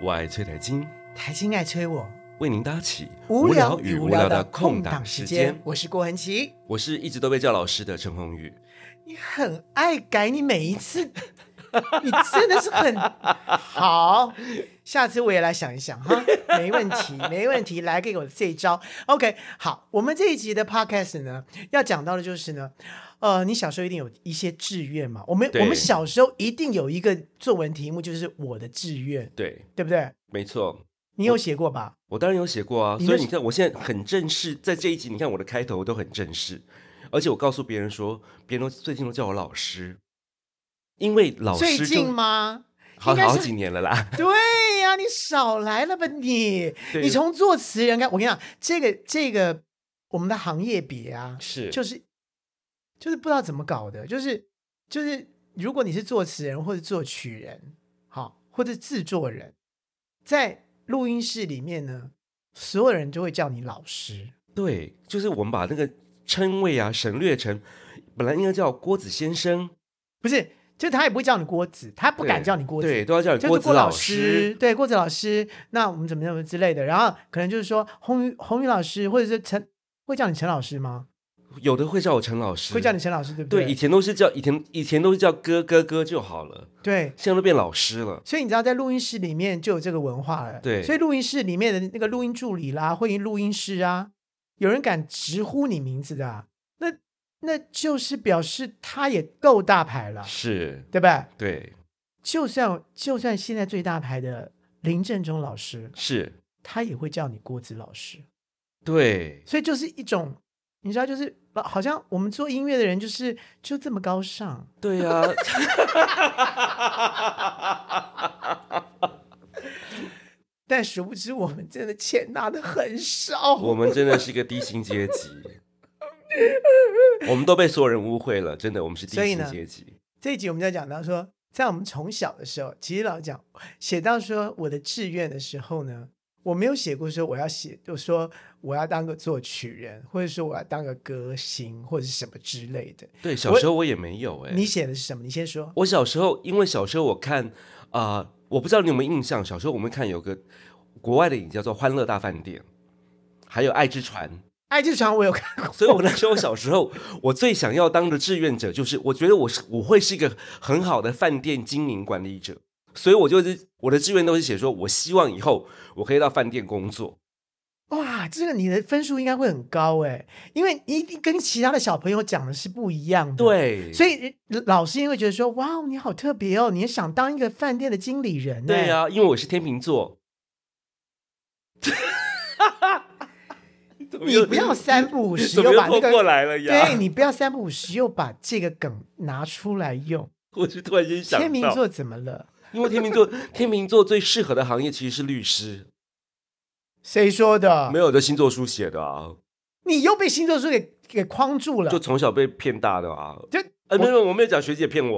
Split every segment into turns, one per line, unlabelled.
我爱崔台金，
台青爱催我，
为您搭起
无聊
与
与
无
无
聊
聊
的
的
空
空
档
档
时
时
间
间。。我是郭文琪，
我是一直都被叫老师的陈宏宇，
你很爱改，你每一次， 你真的是很好。下次我也来想一想哈，没问题，没问题，来给我这一招。OK，好，我们这一集的 Podcast 呢，要讲到的就是呢，呃，你小时候一定有一些志愿嘛？我们
对
我们小时候一定有一个作文题目，就是我的志愿，
对，
对不对？
没错，
你有写过吧？
我当然有写过啊。
你
所以
那
你看，我现在很正式，在这一集，你看我的开头都很正式，而且我告诉别人说，别人都最近都叫我老师，因为老师
最
就
近吗？
好
应该是
好几年了啦。
对呀、你少来了吧你！
对
你从作词人开，我跟你讲，这个这个我们的行业别啊，
是，
就是就是不知道怎么搞的，就是就是如果你是作词人或者作曲人，好或者制作人，在录音室里面呢，所有人就会叫你老师。
对，就是我们把那个称谓啊省略成，本来应该叫郭子先生，
不是，就他也不会叫你郭子，他不敢
对
叫你郭子，
对，都要叫你
就是
郭
郭
子
老
师。
对郭子老师，那我们怎么怎么之类的，然后可能就是说洪宇洪宇老师，或者是陈，会叫你陈老师吗？
有的会叫我陈老师，
会叫你陈老师，对不
对，以
对
前都是叫以前以前都是叫哥哥哥就好了，
对
现在都变老师了。
所以你知道，在录音室里面就有这个文化了。
对
所以录音室里面的那个录音助理啦，或者录音师啊，有人敢直呼你名字的啊、那那就是表示他也够大牌了，
是，
对吧？
对，
就算就算现在最大牌的林正中老师，
是，
他也会叫你郭子老师。
对，
所以就是一种，你知道，就是好像我们做音乐的人就是就这么高尚，
对啊，
但殊不知我们真的钱拿的很少。
我们真的是一个低薪阶 级，我们都被所有人误会了，真的，我们是低
所以
薪
呢
阶级。
这一集我们在讲到说，在我们从小的时候，其实老实讲写到说我的志愿的时候呢，我没有写过说我要写，就说我要当个作曲人，或者说我要当个歌星，或者是什么之类的。
对，小时候我也没有哎、
你写的是什么？你先说。
我小时候，因为小时候我看啊、呃我不知道你有没有印象，小时候我们看有个国外的影叫做《欢乐大饭店》，还有《爱之船》，
爱之船我有看过，
所以我那时候小时候，我最想要当的志愿者就是，我觉得我是我会是一个很好的饭店经营管理者，所以我就是我的志愿都是写说，我希望以后我可以到饭店工作。
哇，这个你的分数应该会很高哎，因为你一定跟其他的小朋友讲的是不一样的。，
对，
所以呃老师也会觉得说，哇，你好特别哦，你也想当一个饭店的经理人欸呢。
对啊，因为我是天秤座，
你不要三不五时
怎么
又
又
把
拖
那
过
个，
来了呀？
对你不要三不五时又把这个梗拿出来用。
我就突然间想到，
天秤座怎么了？
因为天秤座，天秤座最适合的行业其实是律师，
谁说的？
没有的星座书写的啊，
你又被星座书给给框住了
就。从小被骗大的啊。
就
呃，没有，我没有讲学姐骗我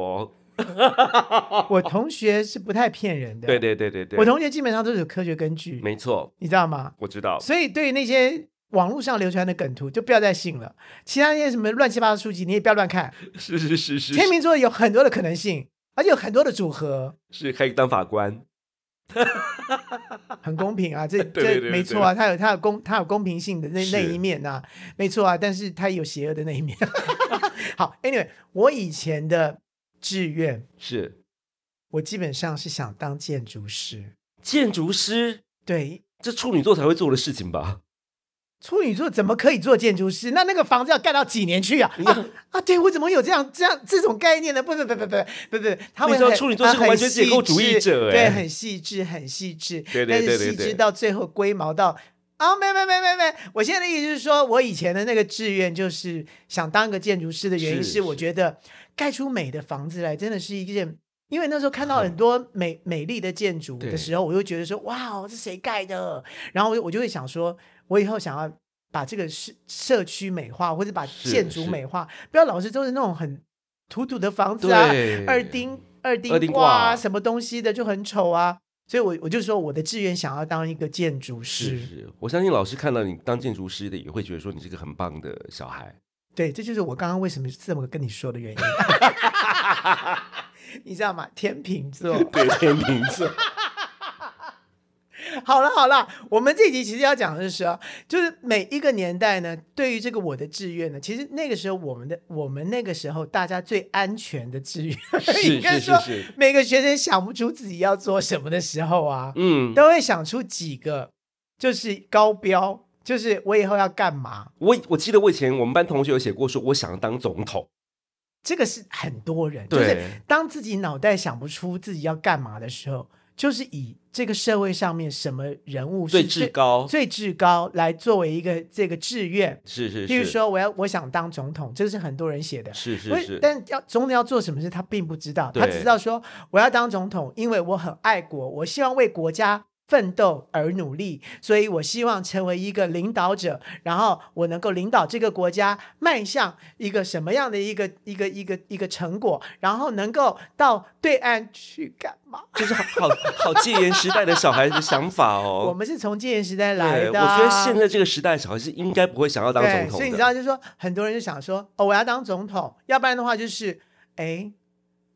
哦。
我同学是不太骗人的，
对对对对对，
我同学基本上都是有科学根据，
没错，
你知道吗？
我知道。
所以对于那些网络上流传的梗图，就不要再信了。其他那些什么乱七八糟的书籍，你也不要乱看。
是是是是，
天秤座有很多的可能性，而且有很多的组合，
是可以当法官。
很公平啊。这
对对对
这
对
没错啊，它有它有公它有公平性的那
是
那一面啊，没错啊。但是它也有邪恶的那一面。 好，Anyway，我以前的志愿，
是
我基本上是想当建筑师。
建筑师，
对，
这处女座才会做的事情吧？
处女座怎么可以做建筑师？那那个房子要盖到几年 去啊？啊啊！对我怎么会有这样这样这种概念呢？不不不不不不不，他们
你知道
很
处女座是
啊很
完全解构主义者哎
细致对，很细致，很细致，
对对
但
对对
是细
对
致到最后龟毛到啊！没没没没没，我现在的意思是说，我以前的那个志愿就是想当个建筑师的原因
是
是，我觉得盖出美的房子来真的是一件。因为那时候看到很多美美丽的建筑
对
的时候，我就觉得说，哇哦，这谁盖的？然后我就我就会想说，我以后想要把这个社社区美化，或者把
是
建筑
是
美化，不要老是都是那种很土土的房子啊，二丁二
二
丁
丁
挂
挂
啊，什么东西的就很丑啊。所以我我就说我的志愿想要当一个建筑
是
师，
是，我相信老师看到你当建筑师的，也会觉得说你是个很棒的小 孩。
对，这就是我刚刚为什么这么跟你说的原 因，你知道吗？天秤座，
对，天秤座，
好了好了，我们这集其实要讲的是说，就是每一个年代呢，对于这个我的志愿呢，其实那个时候我们的我们那个时候大家最安全的志愿， 应
是
该
是
说
是是，
每个学生想不出自己要做什么的时候啊，
嗯，
都会想出几个就是高标，就是我以后要干嘛。
我我记得我以前我们班同学有写过，说我想要当总统，
这个是很多人，就
对
是当自己脑袋想不出自己要干嘛的时候，就是以这个社会上面什么人物是
最至高，
最至高来作为一个这个志愿。
是是是，
譬如说，我要我想当总统，这是很多人写的。
是是
不
是，
但要总统要做什么事，他并不知道，他
对
只知道说我要当总统，因为我很爱国，我希望为国家奋斗而努力，所以我希望成为一个领导者，然后我能够领导这个国家迈向一个什么样的一个一个一个一个成果，然后能够到对岸去干嘛？
就是好好戒严时代的小孩的想法
我
哦。
们是从戒严时代来
对，我
的啊、
觉得现在这个时代的小孩是应该不会想要当
对，
总统
所以你知
的，
道，就是说很多人就想说，哦，我要当总统，要不然的话就是，哎，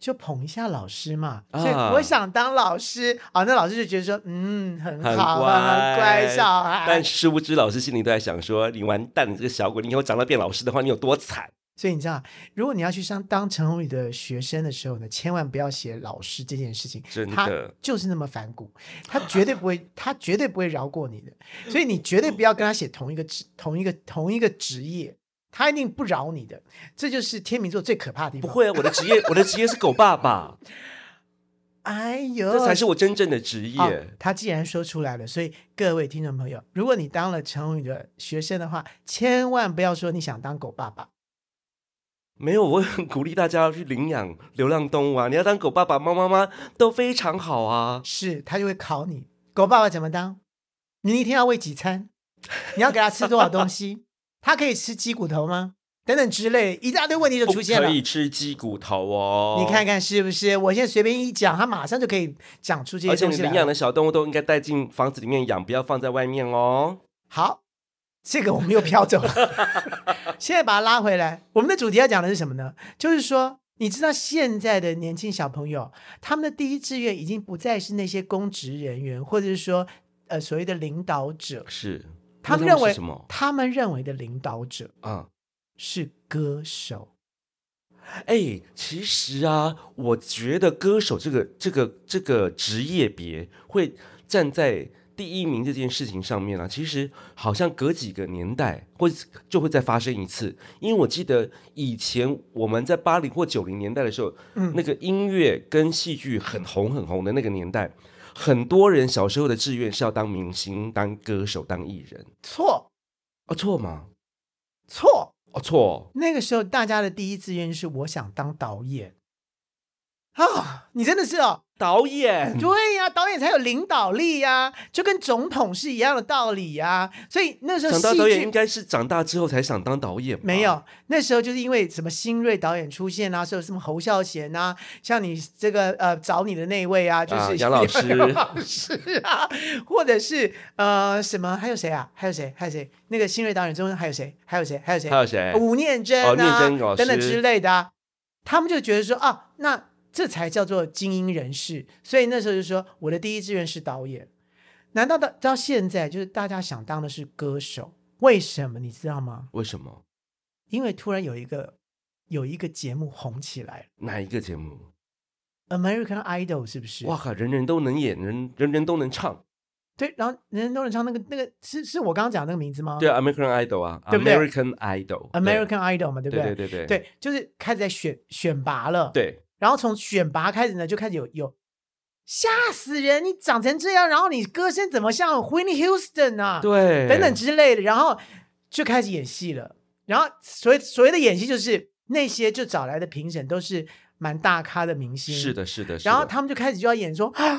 就捧一下老师嘛。所以
啊
我想当老师啊、那老师就觉得说，嗯，很
很
好啊，很乖
乖
小孩。
但殊不知老师心里都在想说：“你完蛋，你这个小鬼，你以后长大变老师的话，你有多惨
所以你知道，如果你要去上当陈宏宇的学生的时候呢，千万不要写老师这件事情，
真的
他就是那么反骨，他绝对不会，他绝对不会饶过你的。所以你绝对不要跟他写同一个职、同一个、同一个职业，他一定不饶你的。这就是天秤座最可怕的地！”
不
方。
会啊，我的职业，我的职业是狗爸 爸，
哎呦，
这才是我真正的职
好
业。
他既然说出来了，所以各位听众朋友，如果你当了成语的学生的话，千万不要说你想当狗爸爸。
没有，我很鼓励大家要去领养流浪动物啊！你要当狗爸爸、猫妈妈都非常好啊。
是他就会考你，狗爸爸怎么当？你一天要喂几餐？你要给他吃多少 东西？他可以吃鸡骨头吗？等等之类，一大堆问题就
不
出现了
可。以吃鸡骨头哦！
你看看是不是？我现在随便一讲，他马上就可以讲出这些
而且
东
你
西来啊
领
了。
养的小动物都应该带进房子里面养，不要放在外面哦。
好，这个我们又飘走了。 现在把它拉回来，我们的主题要讲的是什么呢？就是说，你知道现在的年轻小朋友，他们的第一志愿已经不再是那些公职人员，或者是说，呃，所谓的领导者，
是，
他们
那
认
他们
为
是什么
他们认为的领导者
啊？
是歌手。
哎，其实啊，我觉得歌手这个这个这个职业别会站在第一名这件事情上面啊，其实好像隔几个年代会就会再发生一次。因为我记得以前我们在八零或九零年代的时候，
嗯
那个音乐跟戏剧很红很红的那个年代，很多人小时候的志愿是要当明星、当歌手、当艺人。
错
哦，错吗？
错，
哦，错哦。
那个时候大家的第一志愿是我想当导演。啊、你真的是哦，
导演
对呀、导演才有领导力呀、就跟总统是一样的道理呀、所以那时候
想
戏
当导演应
剧
该是长大之后才想当导演，
没。有，那时候就是因为什么新锐导演出现啊，是有什么侯孝贤啊，像你这个呃找你的那一位啊，就是、
啊杨老师
杨老师啊，或者是呃什么还有谁啊，还有谁，还有谁，那个新锐导演中还有谁，还有谁，还有谁，
还有谁？
吴念真啊、
哦念真老师
等等之类的、啊，他们就觉得说啊，那这才叫做精英人士。所以那时候就说，我的第一志愿是导演。难道到到现在，就是大家想当的是歌手？为什么你知道吗？
为什么？
因为突然有一个有一个节目红起来
哪一个节目？
了，American Idol 是不是？
哇，靠，人人都能演，人人人都能唱。
对，然后人人都能唱那个那个是是我刚刚讲的那个名字吗？
对啊，American Idol 啊
对不对
，American Idol，
，American Idol 嘛，对
对
不对？
对对对
对，就是开始在选选拔了。
对
然后从选拔开始呢，就开始有有吓死人，你长成这样，然后你歌声怎么像 Whitney Houston 啊，
对
等等之类的，然后就开始演戏了。然后所谓所谓的演戏，就是那些就找来的评审都是蛮大咖的明星，
是。的，是的。是
然后
的
他们就开始就要演说啊、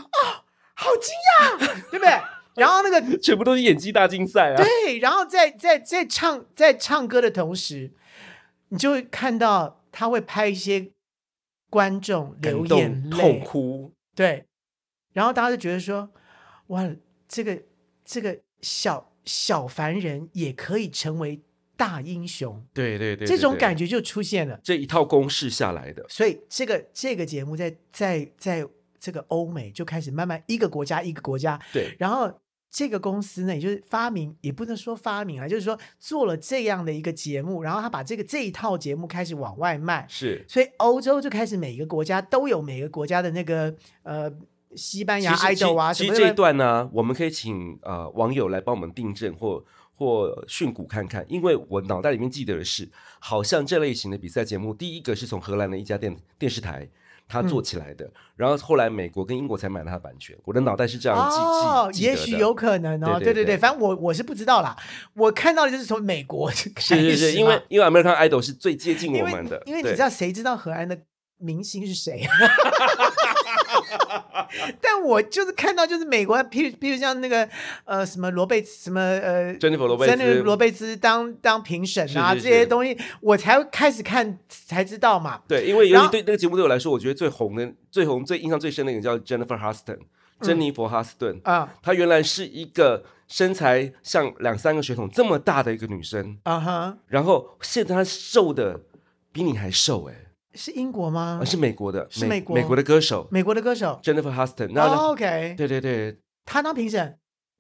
好惊讶，啊对不 对？然后那个
全部都是演技大竞 赛啊。
对，然后在在在唱在唱歌的同时，你就会看到他会拍一些观众流
感
眼
动、痛
泪，
哭，
对，然后大家就觉得说，哇，这个这个小小凡人也可以成为大英雄，
对对对，
这种感
觉，
觉就出现了。
这一套公式下来的，
所以这个这个节目在在在这个欧美就开始慢慢一个国家一个国家，
对，
然后这个公司呢，也就是发明，也不能说发明啊，就是说做了这样的一个节目，然后他把这个这一套节目开始往外卖，
是
所以欧洲就开始每个国家都有每个国家的那个呃西班牙
其实
idol 啊
其
什
实
么
其实这一
的，
段呢，我们可以请呃网友来帮我们订正或或训诂看看，因为我脑袋里面记得的是，好像这类型的比赛节目，第一个是从荷兰的一家电电视台。他做
嗯
起来的，然后后来美国跟英国才买了他的版权。我的脑袋是这样记
哦，
记记
也
得
许
的
有可能哦，
对对
对对
对
反正我我是不知道啦，我看到的就是从美国开
是
始嘛，
是是，因为因为 American Idol 是最接近
因
我
为
们的，
因为你
对
知道谁知道荷兰的明星是谁？啊 但我就是看到就是美国，譬如譬如像那个呃什么罗贝什么呃
珍妮弗罗贝
珍妮
兹
弗罗贝兹当当评审啊
是是
这些
是
东西，我才会开始看才知道嘛。
对，因为
然
尤
后
其对那个节目对我来说，我觉得最红的、最红、最印象最深的一个叫 Jennifer Hudson，珍
嗯
妮佛·哈斯顿。
啊
她原来是一个身材像两三个水桶这么大的一个女生，
啊哈，
然后现在她瘦的比你还瘦哎、
是英国
啊
吗
而？是美国的，
是美国
美国嗯的歌手
美国的歌手。
Jennifer Hudson。然后呢
哦、OK，
对对对，
他当评审，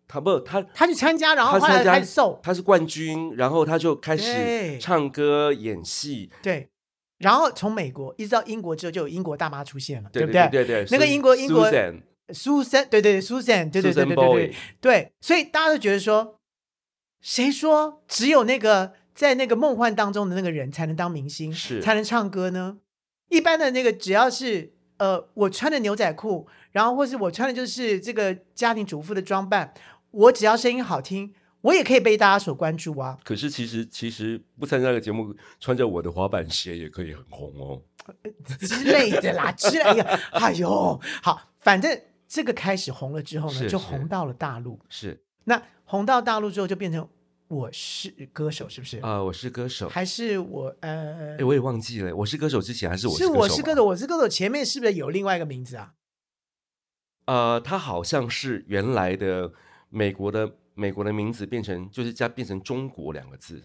她不，她
他去参加，然
她
后后来
参加
开始瘦，
她是冠军，然后她就开
对
始唱歌、演戏，
对，然后从美国一直到英国之后，就有英国大妈出现了，
对
不
对对对，
那个英国英国
Susan
Susan，对对对，Susan，对对对
Susan
对对
Bowie
对对，所以大家都觉得说，谁说只有那个在那个梦幻当中的那个人才能当明星，
是
才能唱歌呢？一般的那个只要是呃，我穿的牛仔裤，然后或是我穿的就是这个家庭主妇的装扮，我只要声音好听，我也可以被大家所关注啊。
可是其实其实不参加那个节目，穿着我的滑板鞋也可以很红哦。
之类的啦，之类的。 哎呦，好，反正这个开始红了之后呢，
是
就是红到了大陆。
是
那红到大陆之后，就变成我是歌手，是不是？
啊、我是歌手。
还是我呃
哎、，我也忘记了，我是歌手之前还是我
是
歌手
我
吧？
是歌手，我是歌手前面是不是有另外一个名字啊？
呃，他好像是原来的美国的美国的名字变成就是加变成中国两个字，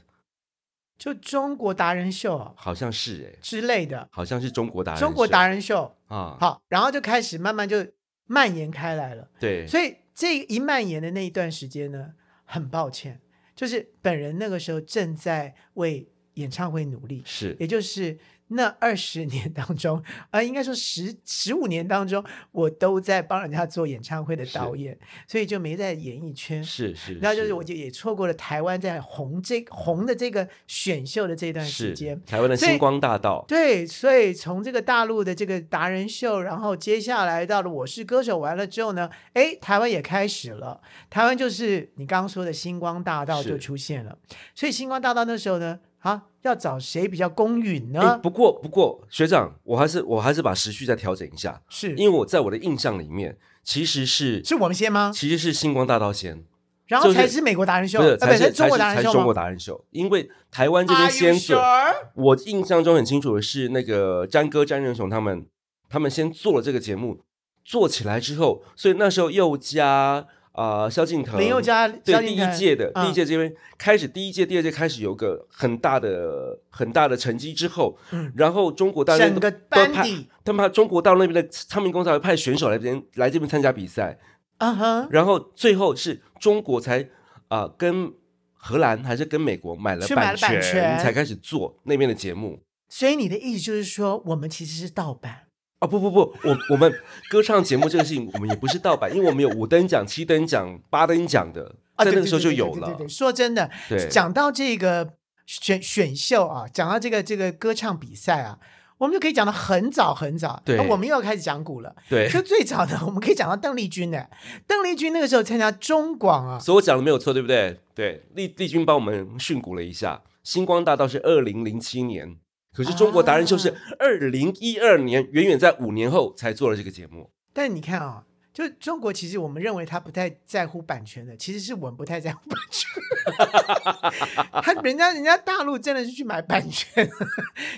就中国达人秀哦
好像是哎、
之类的，
好像是中国达人秀。
中国达人秀。
啊，
好，然后就开始慢慢就蔓延开来了。
对，
所以这一蔓延的那一段时间呢，很抱歉，就是本人那个时候正在为演唱会努力，
是
也就是那二十年当中，呃，应该说十十五年当中，我都在帮人家做演唱会的导演，所以就没在演艺圈。
是是，
然后就是我就也错过了台湾在红这红的这个选秀的这段时
是
间。
台湾的
所以
星光大道，
对，所以从这个大陆的这个达人秀，然后接下来到了《我是歌手》完了之后呢，哎，台湾也开始了。台湾就是你刚刚说的星光大道
是
就出现了，所以星光大道那时候呢，啊，要找谁比较公允
哎，
呢？
不过不过，学长，我还是我还是把时序再调整一下，
是
因为我在我的印象里面其实是
是我们先吗？
其实是星光大道先，
然后
就是
才是美国达人秀，
不是
呃，不
才是
中
才
国
是
达
才
人
是
秀
中国
吗？啊
达人秀，因为台湾这边先做。我印象中很清楚的是，那个詹哥詹仁雄他们，他们先做了这个节目，做起来之后，所以那时候佑嘉啊、萧敬腾、
林宥嘉、萧
对
敬
第
腾
一届的、
嗯
第一届这边开始，第一届、第二届开始有个很大的、很大的成绩之后，
嗯
然后中国大陆
整个班
派
底，
他们中国大陆那边的唱片公司还会派选手来这边来这边参加比赛，
嗯哼，
然后最后是中国才啊、跟荷兰还是跟美国买了
去买了版权
才开始做那边的节目。
所以你的意思就是说，我们其实是盗版。
啊、不不不，我我们歌唱节目这个事情，我们也不是盗版，因为我们有五等奖、七等奖、八等奖的，
啊，
在
对
那
对
个时候就
对对
有
对对
了
对。说真的，
对
讲到这个选选秀啊，讲到这个这个歌唱比赛啊，我们就可以讲的很早很早。
对
那我们又要开始讲古了。
对，
就最早的，我们可以讲到邓丽君呢。邓丽君那个时候参加中广 啊，
所以我讲的没有错，对不对？对，丽丽君帮我们训诂了一下，星光大道是二零零七年，可是中国达人秀是
啊
二零一二年，远远在五年后才做了这个节目。
但你看啊、就中国其实我们认为他不太在乎版权的，其实是我们不太在乎版权。 他人家人家大陆真的是去买版权，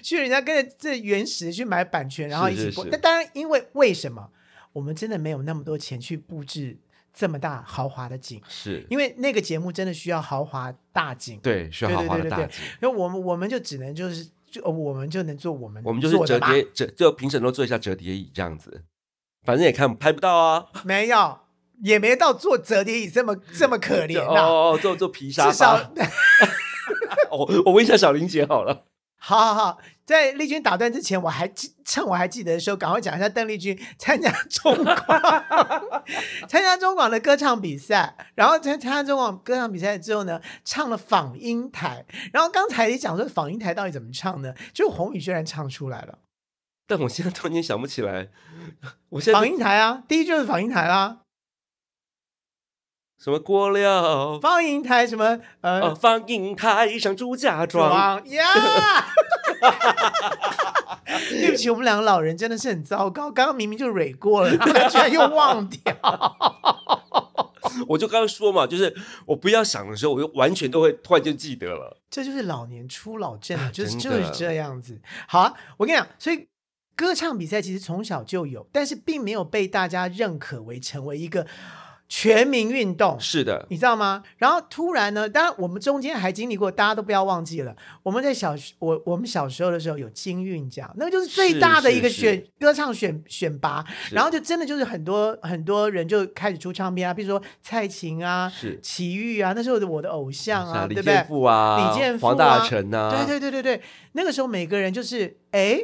去人家跟着这原始去买版权，然后一起
是
播。
是
那当然，因为为什么我们真的没有那么多钱去布置这么大豪华的景？
是，
因为那个节目真的需要豪华大景，
对，需要豪华的
对
大
对对对
景，
因为我们我们就只能就是就呃我们就能做我们
我们就是
做的
折
嘛
叠折，就评审都做一下折叠椅这样子，反正也看拍不到啊。
没有，也没到坐折叠椅这么这么可怜
哦
呐、
哦，哦做做皮沙
至少
发。 哦，我问一下小玲姐好了。
好 好好，在丽君打断之前，我还记趁我还记得的时候，赶快讲一下邓丽君参加中广， 参加中广的歌唱比赛，然后参参加中广歌唱比赛之后呢，唱了仿音台，然后刚才你讲说仿音台到底怎么唱呢？就洪宇居然唱出来了，
但我现在突然间想不起来，
嗯
我现在
仿音台啊，第一句就是仿音台啦，
什么锅料
仿音台什么
呃
呃，
放映台上朱家庄，
装呀。 对不起，我们两个老人真的是很糟糕。刚刚明明就蕊过了，然后居然又忘掉。
我就刚刚说嘛，就是我不要想的时候，我就完全都会突然就记得了。
这就是老年初老症，就是
啊真
就
的
是这样子。好、啊，我跟你讲，所以歌唱比赛其实从小就有，但是并没有被大家认可为成为一个全民运动。
是的，
你知道吗？然后突然呢，当然我们中间还经历过，大家都不要忘记了，我们在小学我我们小时候的时候有金韵奖，那个就是最大的一个
是是
选歌唱选选拔，
是
然后就真的就是很多很多人就开始出唱片啊，比如说蔡琴啊
是、
齐豫啊，那时候的我的偶像啊，
像
对
李
不对
健？富啊，
李健富啊
黄大成啊，
对对对对对，那个时候每个人就是哎，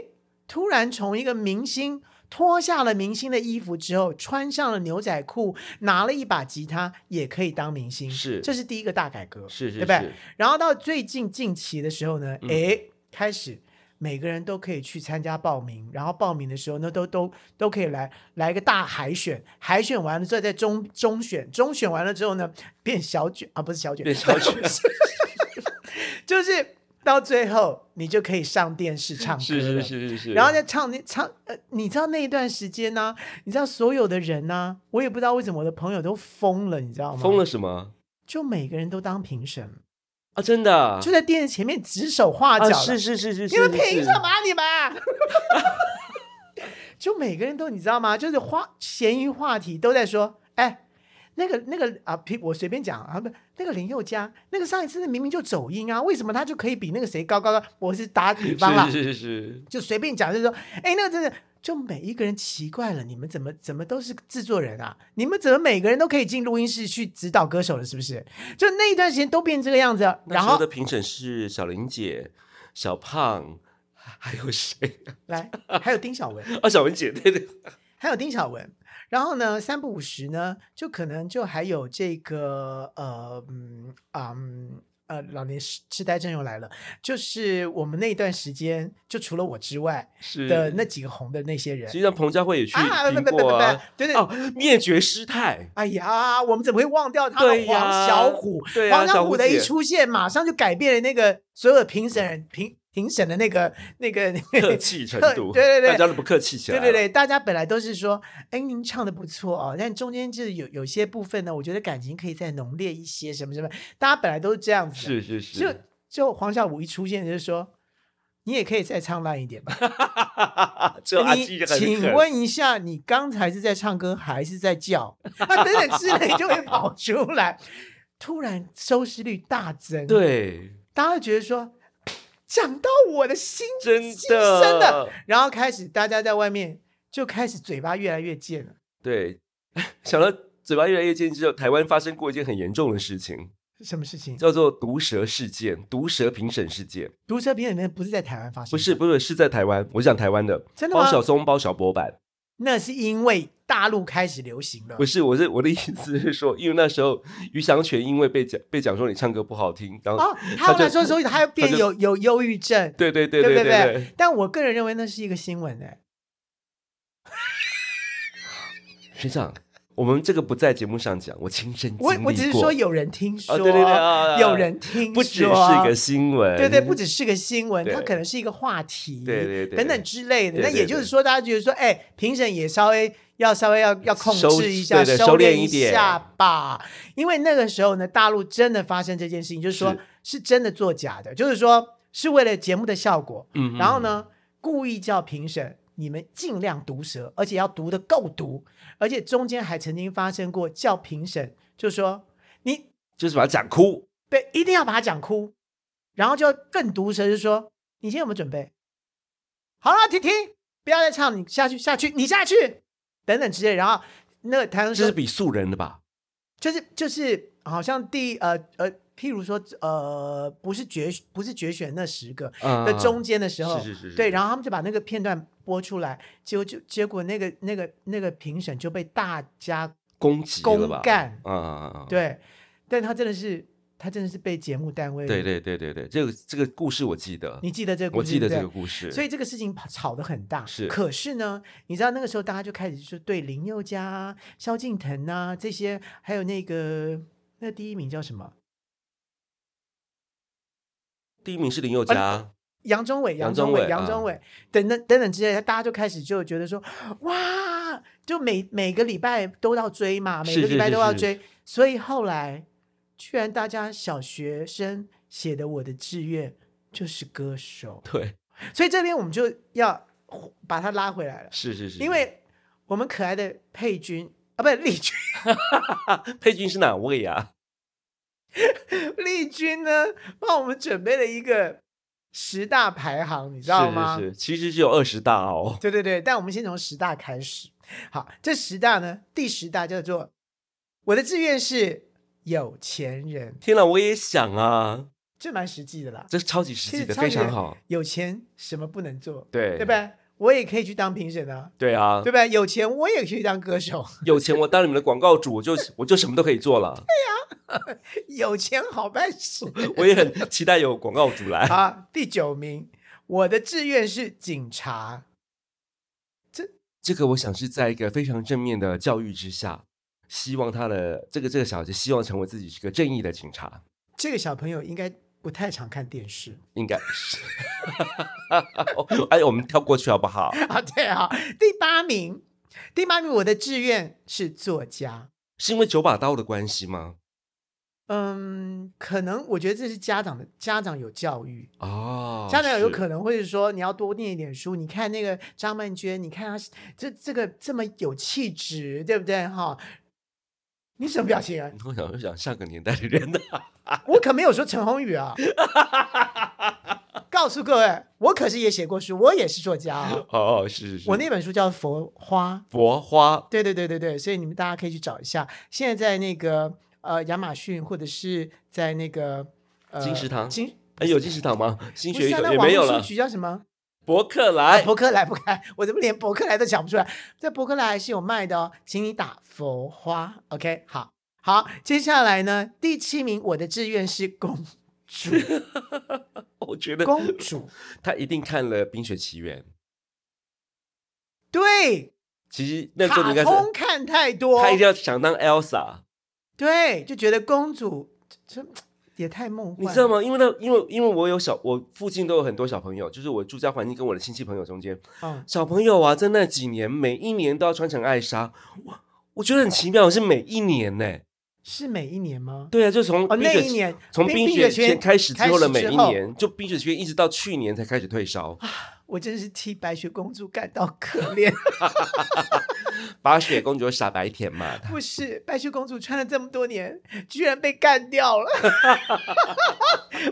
突然从一个明星脱下了明星的衣服之后，穿上了牛仔裤，拿了一把吉他，也可以当明星。
是
这是第一个大改革，
是是
对不对
是？
然后到最近近期的时候呢，
嗯
哎、开始。每个人都可以去参加报名，然后报名的时候呢，都都都可以来来一个大海选，海选完了之后再中中选，中选完了之后呢，变小卷啊，不是小卷，
变小卷
就是到最后你就可以上电视唱歌
是是
了
是是是，
然后再唱唱呃，你知道那一段时间呢、你知道所有的人呢、我也不知道为什么我的朋友都疯了，你知道吗？
封了，什么
就每个人都当评审，
啊？真的啊
就在电视前面指手画脚
啊，
的、
是是是是，
你们
是
凭什？么啊、 你们？就每个人都你知道吗？就是话闲余话题都在说，哎，那个那个啊，譬我随便讲啊，不，那个林宥嘉，那个上一次那明明就走音啊，为什么他就可以比那个谁高高高？我是打比
是
方啦，
是是是是，
就随便讲，就是说，哎，那个真的。就每一个人奇怪了，你们怎么怎么都是制作人啊？你们怎么每个人都可以进录音室去指导歌手了？是不是？就那一段时间都变这个样子了，
那
然
时候
后
的评审是小玲姐、小胖，还有谁？
来还有丁小文，
啊，小文姐，对对，
还有丁小文。然后呢，三不五十呢，就可能就还有这个呃嗯啊嗯呃老年痴痴呆症又来了，就是我们那一段时间，就除了我之外
是
的那几个红的那些人
实际上彭佳慧也去
啊，
听过啊，，
对对。
哦，灭绝师太，
哎呀，我们怎么会忘掉他的
对呀
黄小虎？
对呀
黄
小
小
虎
虎的一
姐
出现，马上就改变了那个所有评审人评评审的那个那个
客气程度，
对对对
大家都不客气起来，
对对，对，大家本来都是说，哎，您唱的不错哦，但中间就是有有些部分呢，我觉得感情可以再浓烈一些，什么什么，大家本来都是这样子的。
是是，
就是 就黄小虎一出现就说，你也可以再唱烂一点吧。
这阿基
你
啊很
请
狠，
问一下，你刚才是在唱歌还是在叫？啊，等等之类就会跑出来，突然收视率大增，，
对，
大家就觉得说， 讲到我的心
真
心
的
声的。然后开始大家在外面就开始嘴巴越来越贱了。
对， 想到嘴巴越来越尖之后，台湾发生过一件很严重的事情，
什么事情？
叫做毒蛇事件、毒蛇评审事件。
毒蛇评审里面不是在台湾发生的，
不是，不是，是在台湾，我讲台湾的，
真的
包
吗？
小松、包小波版。
那是因为大陆开始流行了
不。是，我是我的意思是说，因为那时候于祥全因为被讲被讲说你唱歌不好听，然后、
哦，他后
就
来说，所以他变
就
有有忧郁症，
对对对
不
对
对
对，
但我个人认为那是一个新闻哎、
学长，我们这个不在节目上讲，我亲身经历过。
我我只是说有人听说，
啊，对对对，啊、
有人听说，
不只是一个新闻，
对对，不只是个新闻，
对
它可能是一个话题，
对对对
等等之类的。
对对
那也就是说，大家觉得说，哎，评审也稍微要稍微要要控
收
制一下，
对对收
收
敛
敛
一点
下吧。因为那个时候呢，大陆真的发生这件事情，就是说
是
是真的做假的，就是说是为了节目的效果，
嗯哼
然后呢，故意叫评审。你们尽量毒舌，而且要毒的够毒，而且中间还曾经发生过叫评审就说你
就是把它讲哭。
对，一定要把他讲哭，然后就更毒舌，就说你现在有没有准备？好了，停停，不要再唱，你下去下去，你下去，等等之类，然后那个台湾
这
说
是比素人的吧？
就是就是好像第呃呃，譬如说呃，不是决不是决选那十个
啊
的中间的时候，
是是是是
对，然后他们就把那个片段播出来，结果就结果那个那个那个评审就被大家
攻击了
公
吧？
干，
啊啊啊！啊，
对，但他真的是他真的是被节目单位，
对对对对对，这个这个故事我记得，
你记得这个故
我
事？
记得
对
这
不对
个故事，
所以这个事情吵吵得很大，
是
可是呢，你知道那个时候大家就开始就对林宥嘉、啊、萧敬腾啊这些，还有那个那第一名叫什么？
第一名是林宥嘉，
杨宗纬、
杨
杨
宗
宗
纬啊
纬、杨宗纬等等等等之类的，大家就开始就觉得说，哇，就每每个礼拜都要追嘛，每
是
个
是
礼拜
是
都要
是
追，所以后来居然大家小学生写的我的志愿就是歌手，
对，
所以这边我们就要把它拉回来了，
是是是，
因为我们可爱的佩君啊，不是丽君，
佩君啊是哪位呀？
丽君呢帮我们准备了一个十大排行，你知道吗？
是是是，其实只有二十大哦，
对对对，但我们先从十大开始。好，这十大呢，第十大叫做我的志愿是有钱人，
天哪，我也想啊，
这蛮实际的啦。
这是超级实际的，
其实超
非
级
常好，
有钱什么不能做？
对
对吧？我也可以去当评审啊，
对啊
对，吧？有钱我也可以去当歌手，
有钱我当你们的广告主，我就我就什么都可以做 了，
有钱好办事
我也很期待有广告主来。
啊。第九名，我的志愿是警察。
这个我想是在一个非常正面的教育之下，希望他的这个这个小孩子希望成为自己是个正义的警察，
这个小朋友应该不太常看电视
应该是。 哎，我们跳过去好不好？
啊。对啊，第八名，第八名，我的志愿是作家。
是因为九把刀的关系吗？
嗯，可能我觉得这是家长的家长有教育，
哦，
家长有
是
可能会说你要多念一点书。你看那个张曼娟，你看她是这这个这么有气质，对不对？哈，你什么表情啊？
我想，我想上个年代的人呢、
我可没有说陈鸿宇 啊。告诉各位，我可是也写过书，我也是作家、啊。
哦，是是是，
我那本书叫《佛花》，
佛花
对对对对对，所以你们大家可以去找一下。现在在那个呃亚马逊，或者是在那个呃
金石堂
金
哎有金石堂吗？新
不
学
是
一
啊
口
那
也
网
没有
络啊
了哎
书。局叫什么？
博客来，
博客来不来，我怎么连博客来都讲不出来？在博客来还是有卖的哦，请你打佛花，OK？好好，接下来呢，第七名，我的志愿是公 主，
我觉得
公主，
他一定看了《冰雪奇缘》。
对，
其实那时候你
卡
应该是，
通看太多，
他一定要想当 Elsa，
对，就觉得公主这这也太梦幻，
你知道？吗？因为那因为因为我有小，我附近都有很多小朋友，就是我住家环境跟我的亲戚朋友中间，
嗯，
小朋友啊，在那几年每一年都要穿成艾莎，我我觉得很奇妙，是每一年呢、
是每一年吗？
对啊，就从
哦，
冰
那
雪
一
奇
年
从
冰
冰雪
奇缘
圈开始之后的每一，
开始之后啊
年，就冰雪圈一直到去年才开始退烧。
我真是替白雪公主感到可 怜。
白雪公主傻白甜嘛，
不是，白雪公主穿了这么多年，居然被干掉 了，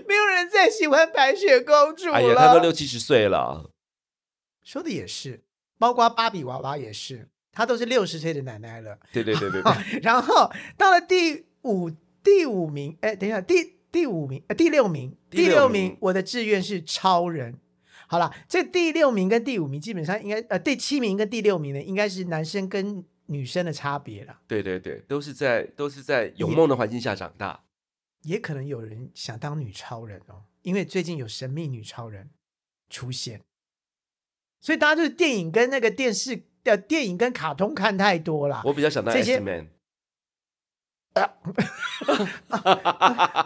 没有人再喜欢白雪公 主了。
哎呀，她都六七十岁了，啊
说的也是，包括芭比娃娃也是，她都是六十岁的奶奶了。
对对对对对
啊，然后到了第五第五名，哎，等一下，第第五名，呃，第六名，
第六
六
名
名，我的志愿是超人。好了，这第六名跟第五名基本上应该，呃，第七名跟第六名呢，应该是男生跟女生的差别了。
对对对，都是在都是在有梦的环境下长大。
也可能有人想当女超人哦，因为最近有神秘女超人出现，所以大家就是电影跟那个电视呃电影跟卡通看太多了。
我比较想当
这些
S man，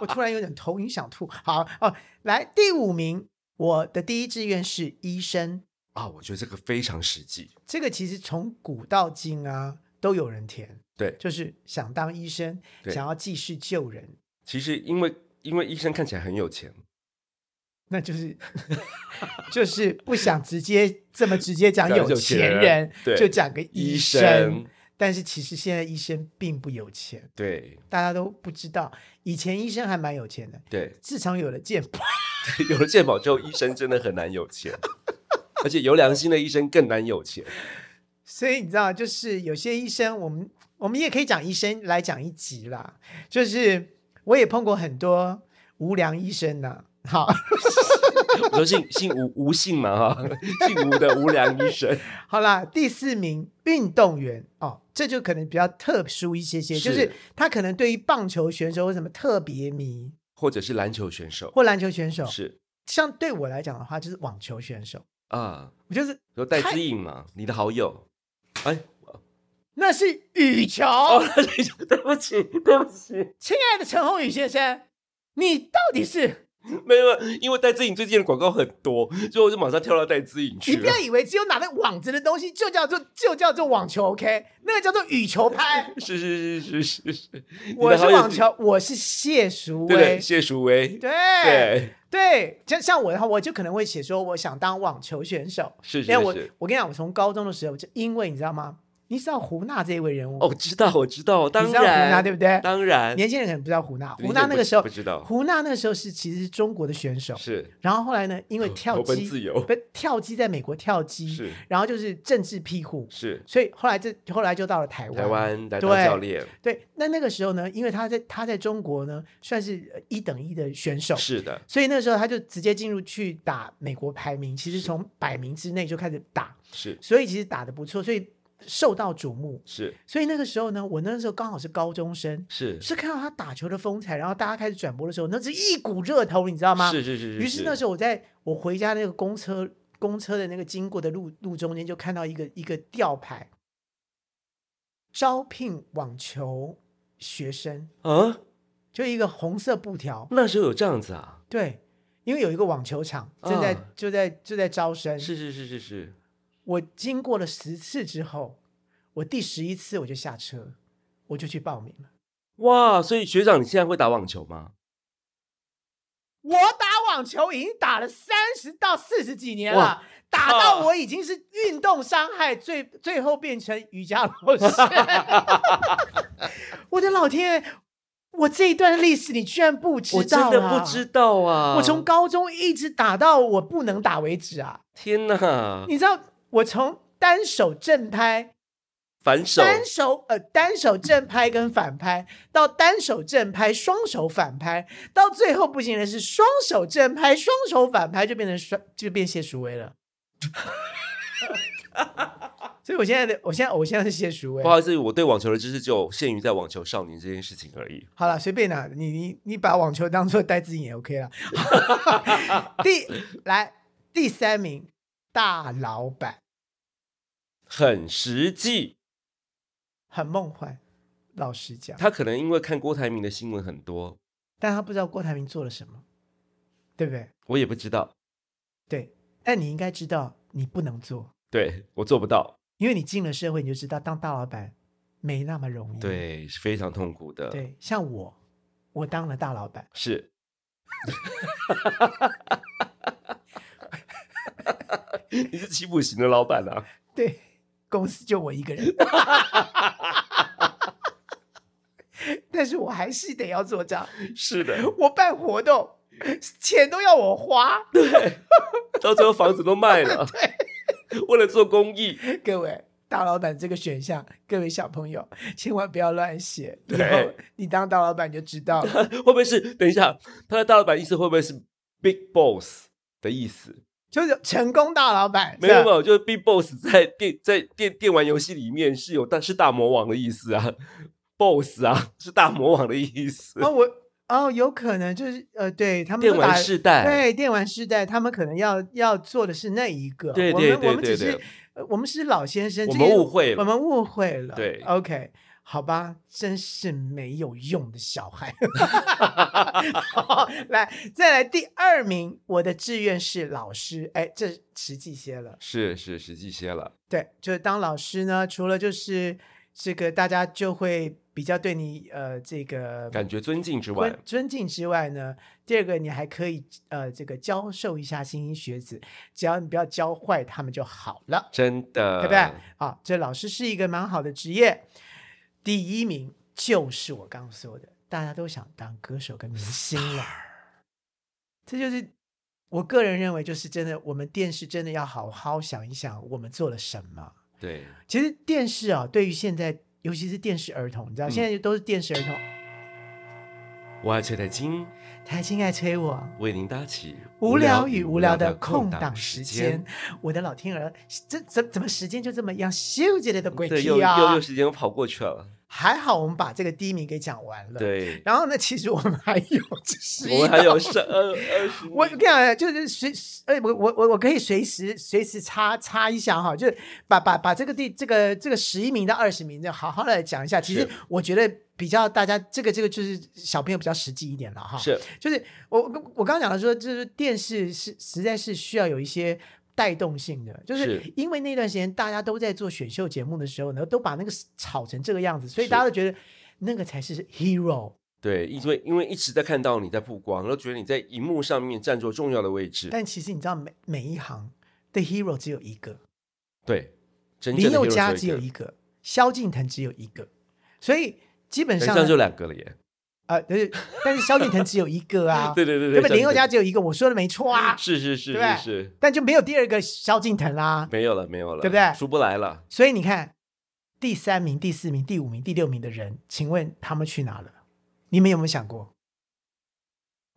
我突然有点头晕想吐。好哦，来第五名，我的第一志愿是医生，
啊，我觉得这个非常实际。
这个其实从古到今啊都有人填，
对，
就是想当医生，
对
想要济世救人，
其实因为因为医生看起来很有钱，
那就是 就是不想直接这么直接讲
讲
有
有
钱
钱
人，
对
就讲个医生。
生
但是其实现在医生并不有钱，
对
大家都不知道。以前医生还蛮有钱的，
对，
自从有了健保，
有了健保之后，医生真的很难有钱，而且有良心的医生更难有钱。
所以你知道，就是有些医生，我们我们也可以讲医生来讲一集啦。就是我也碰过很多无良医生呐、好
我说姓姓吴吴姓嘛哈，姓吴的无良医生，
好啦，第四名运动员哦，这就可能比较特殊一些些，
是
就是他可能对于棒球选手有什么特别迷，
或者是篮球选手，
或篮球选手。
是
像对我来讲的话，就是网球选手，
啊，
我就是
说戴
太
资颖嘛，你的好友，哎，
那是羽球。
哦， 对不起，对不起，
亲爱的陈宏宇先生，你到底是？
没有，因为戴资颖最近的广告很多，所以我就马上跳到戴资颖去
你不
了。
要。以为只有拿那网子的东西就叫做就叫做网球，OK？那个叫做羽球拍
是是是是是是， 你的
我是
好友
网，球，我是谢淑
对对，
薇。
谢淑薇，
对
对，
对，像像我的话，我就可能会写说，我想当网球选手。
是
因为
是
我
是。
我跟你讲，我从高中的时候就因为你知道吗？你知道胡娜这一位人物
哦，，知道，我知道，
你
当
知道胡娜
然，
对不对？
当然，
年轻人可能不知道胡娜，
理解
胡娜那个时候
不不知道
胡娜那个时候是其实是中国的选手，
是
然后后来呢，因为跳
投奔
机
自由
不跳机在美国跳机，
是
然后就是政治庇护，
是，
所以后来这后来就到了台湾。
台湾来当
对
教练，
对，那那个时候呢，因为他在他在中国呢算是呃一等一的选手，
是的，
所以那时候他就直接进入去打美国排名，其实从百名之内就开始打，
是
所以其实打得不错，所以受到瞩目。
是
所以那个时候呢，我那时候刚好是高中生，
是
是看到他打球的风采，然后大家开始转播的时候，那是一股热头，你知道吗？
是是是是，
于是那时候我在我回家那个公车公车的那个经过的路路中间，就看到一个一个吊牌，招聘网球学生，
啊，
就一个红色布条。
那时候有这样子啊，
对，因为有一个网球场正在、
啊
就在就在招生。
是是是是是，
我经过了十次之后，我第十一次我就下车，我就去报名了。
哇，所以学长你现在会打网球吗？
我打网球已经打了三十到四十几年
哇
了，打到我已经是运动伤害，最最后变成瑜伽 老师。我的老天，我这一段历史你居然不知
我真
道、啊？
的不知，道啊，
我从高中一直打到我不能打为止啊！
天哪，
你知道，我从单手正拍、
反手
单手呃单手正拍跟反拍，到单手正拍、双手反拍，到最后不行的是双手正拍、双手反拍，就变成双就变谢淑薇了。 所以我现在的我现在偶像是谢淑薇
不。好意思，我对网球的知识就限于在网球少年这件事情而已。
好了，随便啦，你你你把网球当做戴资颖也 OK 了。 第来第三名大老板
很实际，
很梦幻，老实讲，
他可能因为看郭台铭的新闻很多，
但他不知道郭台铭做了什么，对不对？
我也不知道，
对，但你应该知道你不能做，
对我做不到，
因为你进了社会，你就知道当大老板没那么容易。
对，是非常痛苦的，，
对，像我，我当了大老板，
是。你是欺负型的老板啊！
对，公司就我一个人， 但是我还是得要做账。
是的，
我办活动，钱都要我花。
到最后房子都卖 了，为了做公益，
各位，大老板这个选项，各位小朋友千万不要乱写。以
对
后你当大老板就知道了。
会不会是？等一下，他的大老板意思会不会是 big boss 的意思？
就是成功大老板，
没有
是啊
没
吧
有，就是 big boss 在电在电电玩游戏里面是有大是大魔王的意思啊，boss 啊是大魔王的意思。
哦，我哦，有可能就是呃，对他们
电
都打
玩世代，
对电玩世代，他们可能要要做的是那一个。
对对
我们我
对
们
对
只是
对
呃我们是老先生，
我
这
们
个
误会
我
了。
们误会了。
对
，OK，好吧，真是没有用的小孩。好来，再来第二名，我的志愿是老师。哎，这实际些 了。
是是实际些了，
对，就是当老师呢，除了就是这个大家就会比较对你呃这个
感觉尊敬之外
尊，尊敬之外呢，第二个你还可以呃这个教授一下新兴学子，只要你不要教坏他们就好了，
真的，
对不对？啊，这老师是一个蛮好的职业。第一名就是我刚说的，大家都想当歌手跟明星了，这就是我个人认为，就是真的，我们电视真的要好好想一想，我们做了什么。
对，
其实电视啊，对于现在，尤其是电视儿童，你知道，现在都是电视儿童，
我爱崔太金
台青爱催我，
为您搭起
无聊与无聊的空档时间，，我的老天儿，这怎怎么时间就这么样咻这类的鬼
对，
气
又又
啊
又！时间又跑过去了，
还好我们把这个第一名给讲完了。，
对，
然后呢，其实我们还有这十
我
一
们还
道。
有是二二十，
我 跟你讲，就是随哎，我我我我可以随时随时插插一下哈，就是把把把这个第这个这个十一名到二十名，这好好的讲一下。其实
是
我觉得比较大家这个这个就是小朋友比较实际一点了哈。
是
就是我我我刚刚讲的说，就是电视是实在是需要有一些带动性的，就是
是
因为那段时间大家都在做选秀节目的时候呢，都把那个炒成这个样子，所以
是
大家都觉得那个才是 hero。
对，因为因为一直在看到你在曝光，然后觉得你在荧幕上面占住重要的位置，
但其实你知道每每一行的 hero 只有一个，
对，真
林
正的
宥
hero
嘉
只
只
有
有
一
一个，萧敬腾只有一个，所以基本
个，
上
上
呢
就两个了耶，，
啊，但是但是萧敬腾只有一个啊
对对对
对
对，
不对？林宥嘉
上
只有一个，我说的没错啊
就，是是是
对不对
是是，
但就没有第二个萧敬腾啦、
没有了没有了，
对不对
出不来了，
所以你看，第三名、第四名、第五名、第六名的人，请问他们去哪了？你们有没有想过？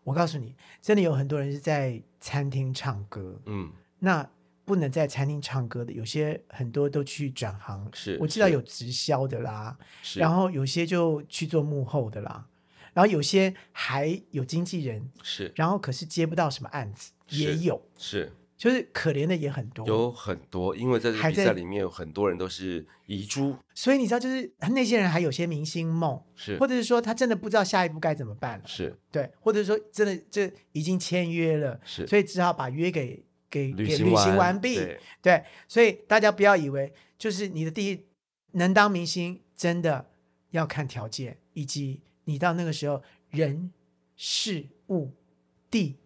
我告诉你，真的有很多人是在餐厅唱歌，
嗯，
那不能在餐厅唱歌的，有些很多都去转行。
是
我知道
是
有直销的啦，
是，
然后有些就去做幕后的啦，然后有些还有经纪人，
是
然后可是接不到什么案子，
是
也有，
是
就是可怜的也很多。
有很多，因为在这个
还
比
在
赛里面有很多人都是遗珠，
所以你知道，就是那些人还有些明星梦，
是
或者是说他真的不知道下一步该怎么办了，
是
对，或者说真的这已经签约了，
是
所以只好把约给给给
旅行
履行完
完
毕，
对
对，所以大家不要以为就是你的第一能当明星，真的要看条件，以及你到那个时候人、事物、地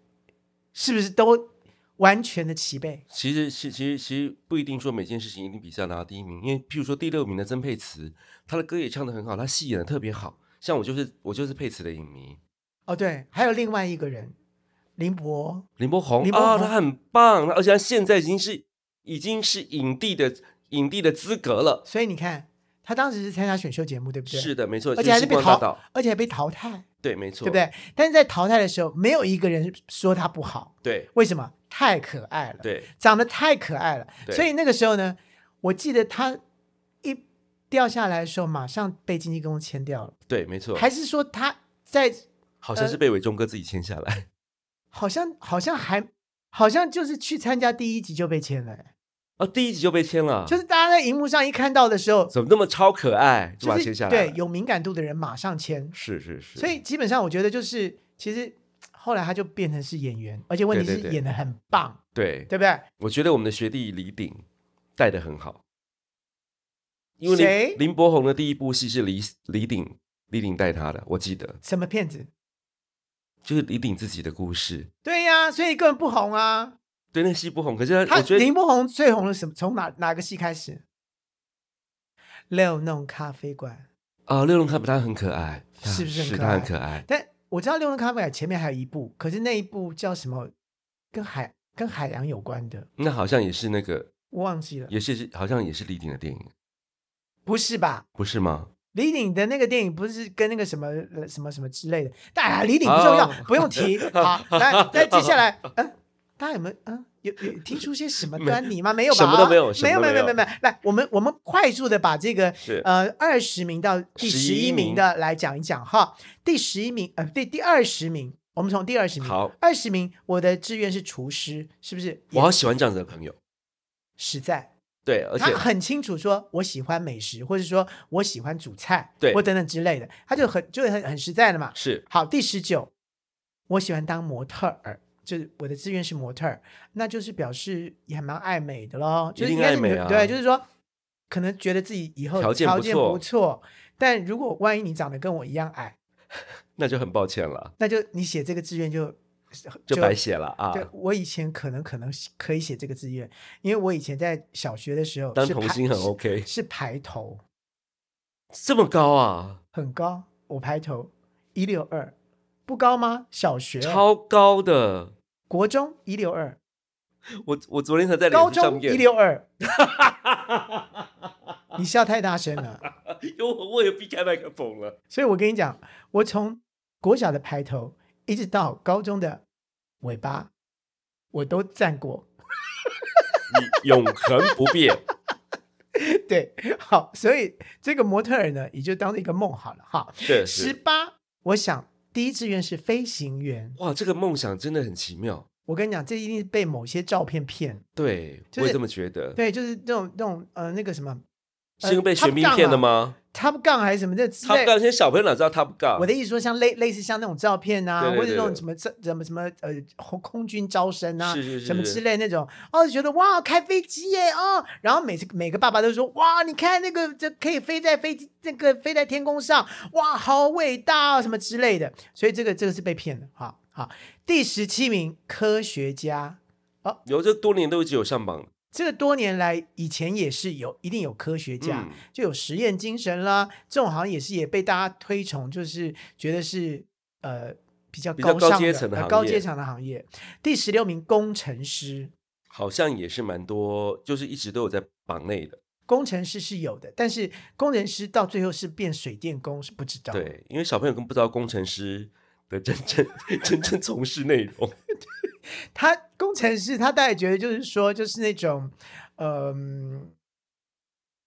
是不是都完全的齐备，
其实，其其实其实不一定说每件事情一定比赛拿到第一名，因为譬如说第六名的曾沛慈，她的歌也唱得很好，她戏演的特别好。像我就是我就是沛慈的影迷，
哦，对，还有另外一个人林博。
林柏宏
林柏
啊，
宏
她很棒，而且她现在已经是已经是影帝的影帝的资格了。
所以你看，他当时是参加选秀节目，对不对？
是，的，没错，
而且还是
星
被
光大
淘
道，，
而且还被淘汰，
对，没错，
对不？对？但是在淘汰的时候，没有一个人说他不好，
对
为什么？太可爱了，
对
长得太可爱了。
对
所以那个时候呢，我记得他一掉下来的时候，马上被经纪公司签掉了，
对，没错，
还是说他在
好像是被伟忠哥自己签下来，
好像好像还好像就是去参加第一集就被签了、哎
哦，第一集就被签了，
就是大家在荧幕上一看到的时候，
怎么那么超可爱，就把
就
它
是
签下来了，
对有敏感度的人马上签，
是是是，
所以基本上我觉得就是，其实后来他就变成是演员，而且问题
对
是
对对
演的很棒，
对
对不对？
我觉得我们的学弟李鼎带的很好，因为
谁
林林柏宏的第一部戏是李李鼎李鼎带他的，我记得
什么骗子？
就是李鼎自己的故事。
对呀、所以根本不红啊。
对，那戏不红，可是他
他
我觉得
林不红最红的什么？从哪哪个戏开始？六弄咖啡馆，
啊，六龙咖啡他很可爱，他
是不是很可
他
爱
很可爱。
但我知道六弄咖啡馆前面还有一部，可是那一部叫什么？跟海跟海洋有关的，
那好像也是那个，
我忘记了，
也是是好像也是李鼎的电影，
不是吧？
不是吗？
李鼎的那个电影不是跟那个什么呃什么什么之类的，但啊，李鼎不重要，
哦
不用提。 好，来，再接下来，嗯，大家有没有嗯有有听出些什么端倪吗？没有吧？啊
什么都没有什
没有，
么
没
都
有，
没
没
有
有，没有。来，我们我们快速的把这个
是
呃二十名到第十
11
一
名
名的来讲一讲哈。第十一名，呃，对，第二十名，我们从第二十名，
好，
二十名，我的志愿是厨师，是不是？
我好喜欢这样子的朋友。
实在，
对，而
他
且
很清楚说我喜欢美食，或者说我喜欢煮菜，
对
或等等之类的，他就很就很很实在的嘛。
是
好，第十九，我喜欢当模特儿，就是我的志愿是模特儿，那就是表示也还蛮爱美的咯，就是
一定
应该是
爱美
你
啊
对，就是说可能觉得自己以后
条件不错
不错，但如果万一你长得跟我一样矮，
那就很抱歉了，
那就你写这个志愿就
就白写了啊。
对，我以前可能可能可以写这个志愿，因为我以前在小学的时候
当
是
童
排
星很
是
OK，
是排头
这么高啊，
很高，我排头一六二，不高吗？小学
超高的。
国中一六二，
我我昨天才在脸
高
书上
中一
面，
六二，
啊
你笑太大声了。
因为我我也避开麦克风了。
所以我跟你讲，我从国小的排头一直到高中的尾巴，我都站过。
你永恒不 变，
对，好，所以这个模特儿呢，也就当做一个梦好了哈。
确
十
实。
八，我想第一志愿是飞行员。
哇，这个梦想真的很奇妙。
我跟你讲，这一定是被某些照片骗。
对，
就是
我也这么觉得。
对，就是那种那种呃那个什么
是因为被
呃，Top
玄彬
Gun
骗的
嘛
吗
，Top Gun 还是什么的之
？Top
类
Gun，。现在小朋友哪知道 Top Gun？
我的意思说，像类类似像那种照片啊，
对对
或者
对
那种
对
什么这什么什么呃空空军招生啊，
是是是
什么
是
之类那种，哦，觉得哇开飞机耶哦，然后每次每个爸爸都说哇，你看那个这可以飞在飞机那个飞在天空上，哇，好伟大、哦、什么之类的，所以这个这个是被骗的，好好。第十七名科学家，
有这多年都一直有上榜。
这个多年来以前也是有一定有科学家，
嗯，
就有实验精神啦，这种好像也是也被大家推崇，就是觉得是呃比较
比较
高
高
尚
阶
的
层的
呃
行
高
业
阶层的行业。第十六名工程师，
好像也是蛮多，就是一直都有在榜内的。
工程师是有的，但是工程师到最后是变水电工是不知道。，
对，因为小朋友更不知道工程师的真正 真正从事内容。
他工程师他大概觉得就是说就是那种，嗯、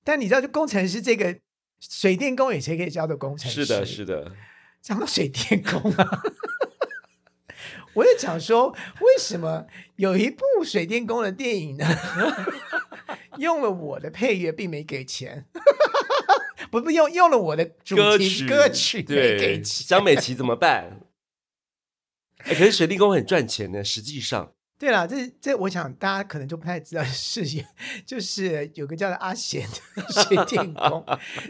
但你知道，就工程师这个水电工也谁可以叫做工程师？
是的，是的，
讲到水电工啊，我也想说，为什么有一部水电工的电影呢？ 用了我的配乐，并没给钱， 不不用用了我的主
歌
题
曲
歌曲没给
对，
钱。
江美琪怎么 办？哎，可是水电工很赚钱的，实际上
对了，这这我想大家可能就不太知道的事情，就是有个叫做阿贤 的水电工，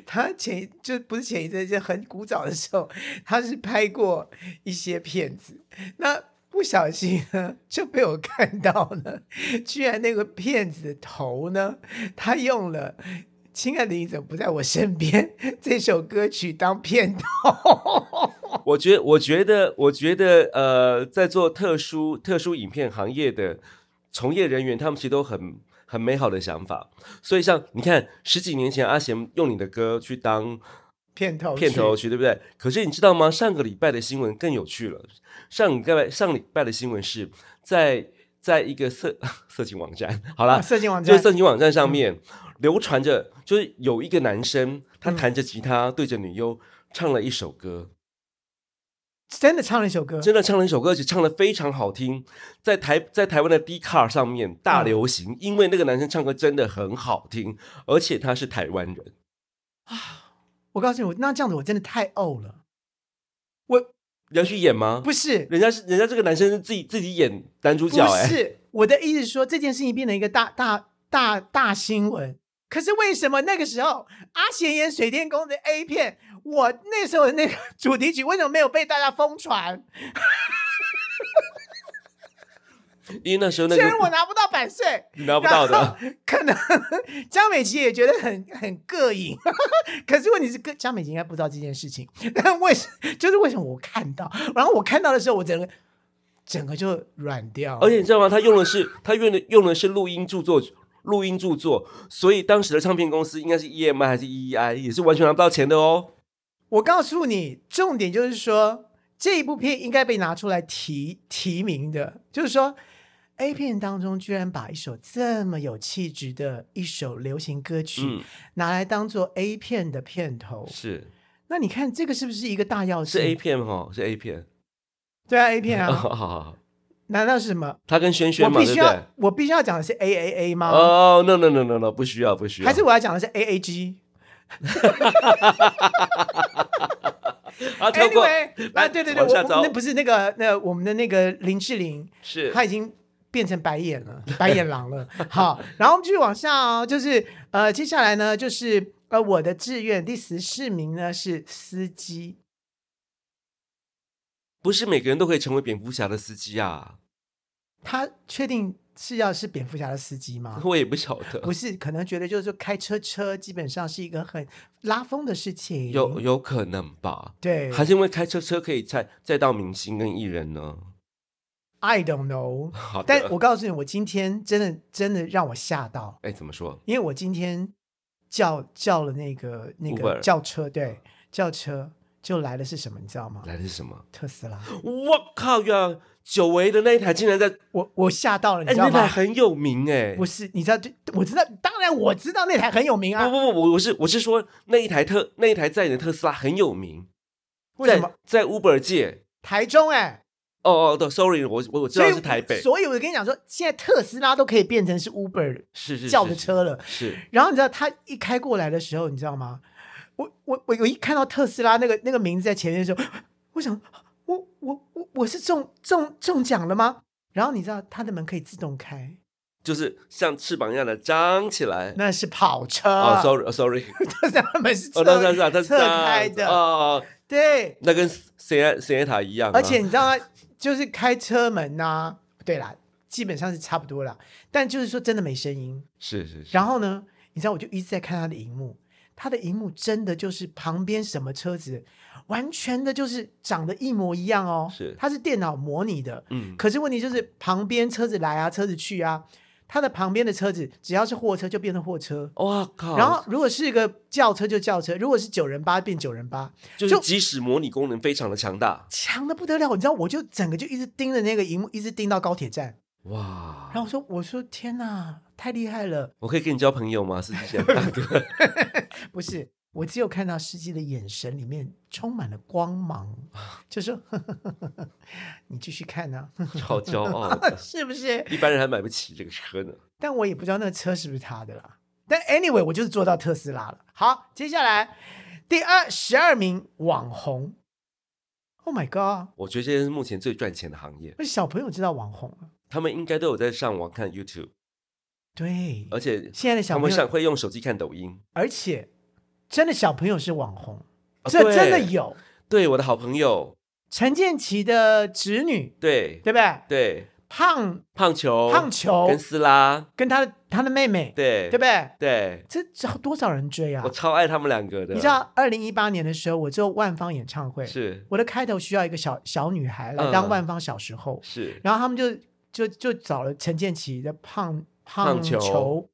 他前一就不是前一阵，就很古早的时候，他是拍过一些片子，那不小心呢就被我看到了，居然那个骗子的头呢，他用了。亲爱的，你怎么不在我身边？这首歌曲当片头，
我觉得，我觉得，我觉得，呃，在做特殊特殊影片行业的从业人员，他们其实都很很美好的想法。所以，像你看，十几年前阿贤用你的歌去当
片头曲
片头曲，对不对？可是你知道吗？上个礼拜的新闻更有趣了。上个礼拜上礼拜的新闻是在在一个色 色情网站，好啦
啊，，色情网
就
站
是色情网站
嗯
上面、流传着，就是有一个男生
嗯
他弹着吉他对着女优唱了一首歌，
真的唱了一首歌，
真的唱了一首歌，而且唱的非常好听，在台在台湾的 D car 上面
嗯
大流行，因为那个男生唱歌真的很好听，而且他是台湾人。
我告诉你，我那这样子我真的太呕了。我
你要去演吗？
不是
人家是人家这个男生是自己自己演男主
不
角哎、
是我的意思是说，这件事情变成一个大大大大新闻。可是为什么那个时候阿贤演水电工的 A 片，我那时候的那个主题曲为什么没有被大家疯传？
因为那时候那
虽
个
然我拿不到版税，
你拿不到
然后
的，
可能江美琪也觉得很很膈应， 可是问题是，跟江美琪应该不知道这件事情，但为什就是为什么我看到，然后我看到的时候，我整个整个就软掉了，
哦而且你知道吗？他用的是他用的用的是录音著作。录音著作，所以当时的唱片公司应该是 EMI 还是 EEI，也是完全拿不到钱的哦。
我告诉你，重点就是说这一部片应该被拿出来提提名的，就是说 A 片当中居然把一首这么有气质的一首流行歌曲、
嗯，
拿来当做 A 片的片头，
是
那你看这个是不是一个大要
是
素？
A 片哦，是 A 片。
对啊，A 片
好
啊，
好好，
难道是什么？
他跟轩
我
轩嘛，
必
对不
须
对
要？，我必须要讲的是 A A A 吗？
哦、n o no no no no，不需要不需要。
还是我要讲的是 A A G？
啊，跳过
anyway，
来
啊，对对对，
往
我
下
我
走
那不是那个那我们的那个林志玲，
是
他已经变成白眼了， 白眼狼了。好，然后我们继续往下哦，就是呃，接下来呢，就是呃，我的志愿第十四名呢是司机。
不是每个人都可以成为蝙蝠侠的司机啊？
他确定是要是蝙蝠侠的司机吗？
我也不晓得
哎不，是，可能觉得就是说开车车基本上是一个很拉风的事情。
有有可能吧？
对，
还是因为开车车可以载载到明星跟艺人呢？
I don't know。
好的
但我告诉你，我今天真的真的让我吓到，
哎，怎么说？
因为我今天叫叫了那个那个
Uber 嗯
轿车，对，轿车就来的是什么，你知道吗？
来的是什么？
特斯拉，
我靠呀！久违的那一台竟然在，
我我吓到了，你
哎，
知道
那
吗？
台很有名哎、
不是，你知道，就我知道，当然我知道那台很有名
不
啊。
不不，我我是我是说那一台特那一台载人的特斯拉很有名，
为什
在
么？
在 Uber 界。
台中哎、
哦哦，对，sorry，我我我知
所
道
以
是台北，
所以我跟你讲说，现在特斯拉都可以变成是 Uber
是是
叫
是
的车了。
是是
然后你知道他一开过来的时候，你知道吗？我我我我一看到特斯拉那个那个名字在前面的时候，我想我我我我是中中中奖了吗？然后你知道它的门可以自动开，
就是像翅膀一样的张起来。
那是跑车，
哦，sorry，哦，sorry，
特斯拉的门是侧、
哦，那那是啊，它是
啊侧
这样
开
子
的，
哦，哦
对。
那跟 C I C I 塔一样啊，
而且你知道吗？就是开车门呐、对啦，基本上是差不多啦。但就是说真的没声音，
是是是，
然后呢，你知道我就一直在看他的荧幕，他的荧幕真的就是旁边什么车子，完全的就是长得一模一样哦。
是
它是电脑模拟的。
嗯，
可是问题就是旁边车子来啊，车子去啊，它的旁边的车子只要是货车就变成货车。
哇靠，
然后，如果是一个轿车就轿车，如果是九人八变九人八，
就是
就
即使模拟功能非常的强大，
强的不得了。你知道，我就整个就一直盯着那个荧幕，一直盯到高铁站。
哇，
然后我说：“我说天哪，太厉害了！
我可以跟你交朋友吗？司机先生，
不是，我只有看到司机的眼神里面充满了光 芒，就说：“ 你继续看呢、
超骄傲的
是不是
一般人还买不起这个车呢。？”
但我也不知道那车是不是他的啦。但 anyway，我就是坐到特斯拉了。好，接下来第二十二名网红。Oh my god！
我觉得这是目前最赚钱的行业，
那小朋友知道网红啊了，
他们应该都有在上网看 YouTube，
对，
而且
现在的
他
小朋
们上
友，
会用手机看抖音。
而且真的小朋友是网红，
啊
这真的
对
有。
对，我的好朋友，
陈建奇的侄女，
对
对不对？
对，
胖
胖球，
胖球
哦跟斯拉，
跟他的他的妹妹，
对
对不对？
对，
这这多少人追啊
我！超爱他们两个的。
你知道，二零一八年的时候，我做万芳演唱会，
是
我的开头需要一个小小女孩来
嗯
当万芳小时候，
是，
然后他们就就就找了陈建奇的胖
胖球
球，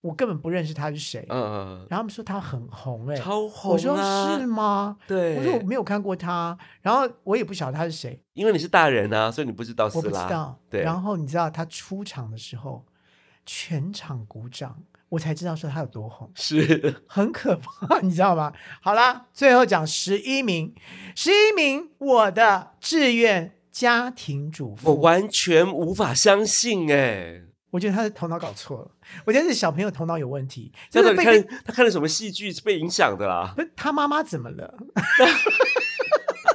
我根本不认识他是谁，
嗯，
然
嗯
后他们说他很红哎、
嗯超红
我说
啊
是吗？
对，
我说我没有看过他，然后我也不晓得他是谁，
因为你是大人啊，所以你不知道斯
我不知
拉，
道。
对，
然后你知道他出场的时候，全场鼓掌，我才知道说他有多红。
是
很可怕， 你知道吗？好啦，最后讲十一名，十一名我的志愿家庭主
我
妇，我
完全无法相信哎，
觉得他的头脑搞错了，我觉得是小朋友头脑有问题，
他
就
到
是
底
被
看
被
他看了什么戏剧被影响的啦？
不是他妈妈怎么了？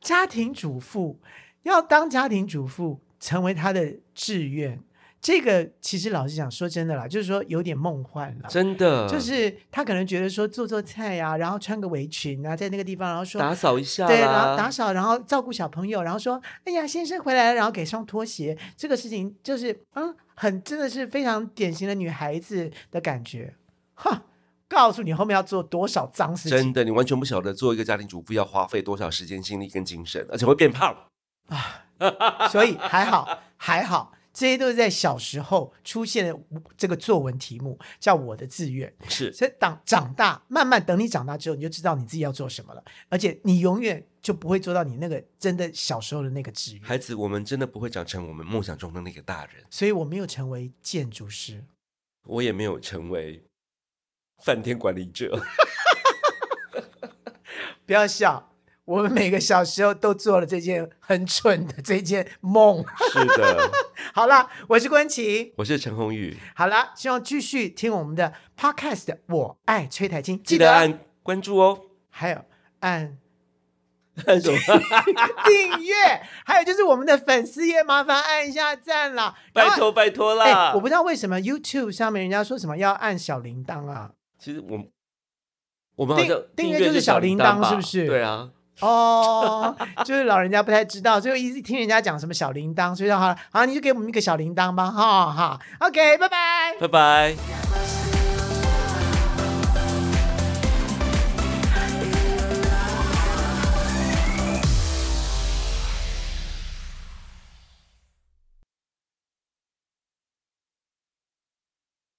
家庭主妇要当家庭主妇，成为他的志愿，这个其实老实讲，说真的啦，就是说有点梦幻了。
真的，
就是他可能觉得说做做菜呀、然后穿个围裙啊，在那个地方，然后说
打扫一下啦，
对，然后打扫，然后照顾小朋友，然后说：“哎呀，先生回来了。”然后给双拖鞋，这个事情就是嗯，很真的是非常典型的女孩子的感觉。哈，告诉你后面要做多少脏事
真
情
的，你完全不晓得做一个家庭主妇要花费多少时间、精力跟精神，而且会变胖。
所以还好还好，这些都是在小时候出现的这个作文题目，叫我的志愿。
是，
所以长长大，慢慢等你长大之后，你就知道你自己要做什么了，而且你永远就不会做到你那个真的小时候的那个志愿。
孩子，我们真的不会长成我们梦想中的那个大人。
所以我没有成为建筑师。
我也没有成为饭店管理者，
不要笑，我们每个小时候都做了这件很蠢的 这件梦。
是的，
好啦，我是关琪。
我是陈宏宇，
好啦，希望继续听我们的 podcast《我爱吹台经》，
记得按关注 哦，
还有按
按什么？
订阅，还有就是我们的粉丝页，麻烦按一下赞啦。然
拜
后。
托拜托
哎、
啦！
我不知道为什么 YouTube 上面人家说什么要按小铃铛啊？
其实我我们好像
订订阅
阅
就是小铃铛
吧
是不是
对啊，
哦， 就是老人家不太知道，所以我一直听人家讲什么小铃铛，所以说好了，好，你就给我们一个小铃铛吧，哈哈。OK，拜拜。
拜拜。
「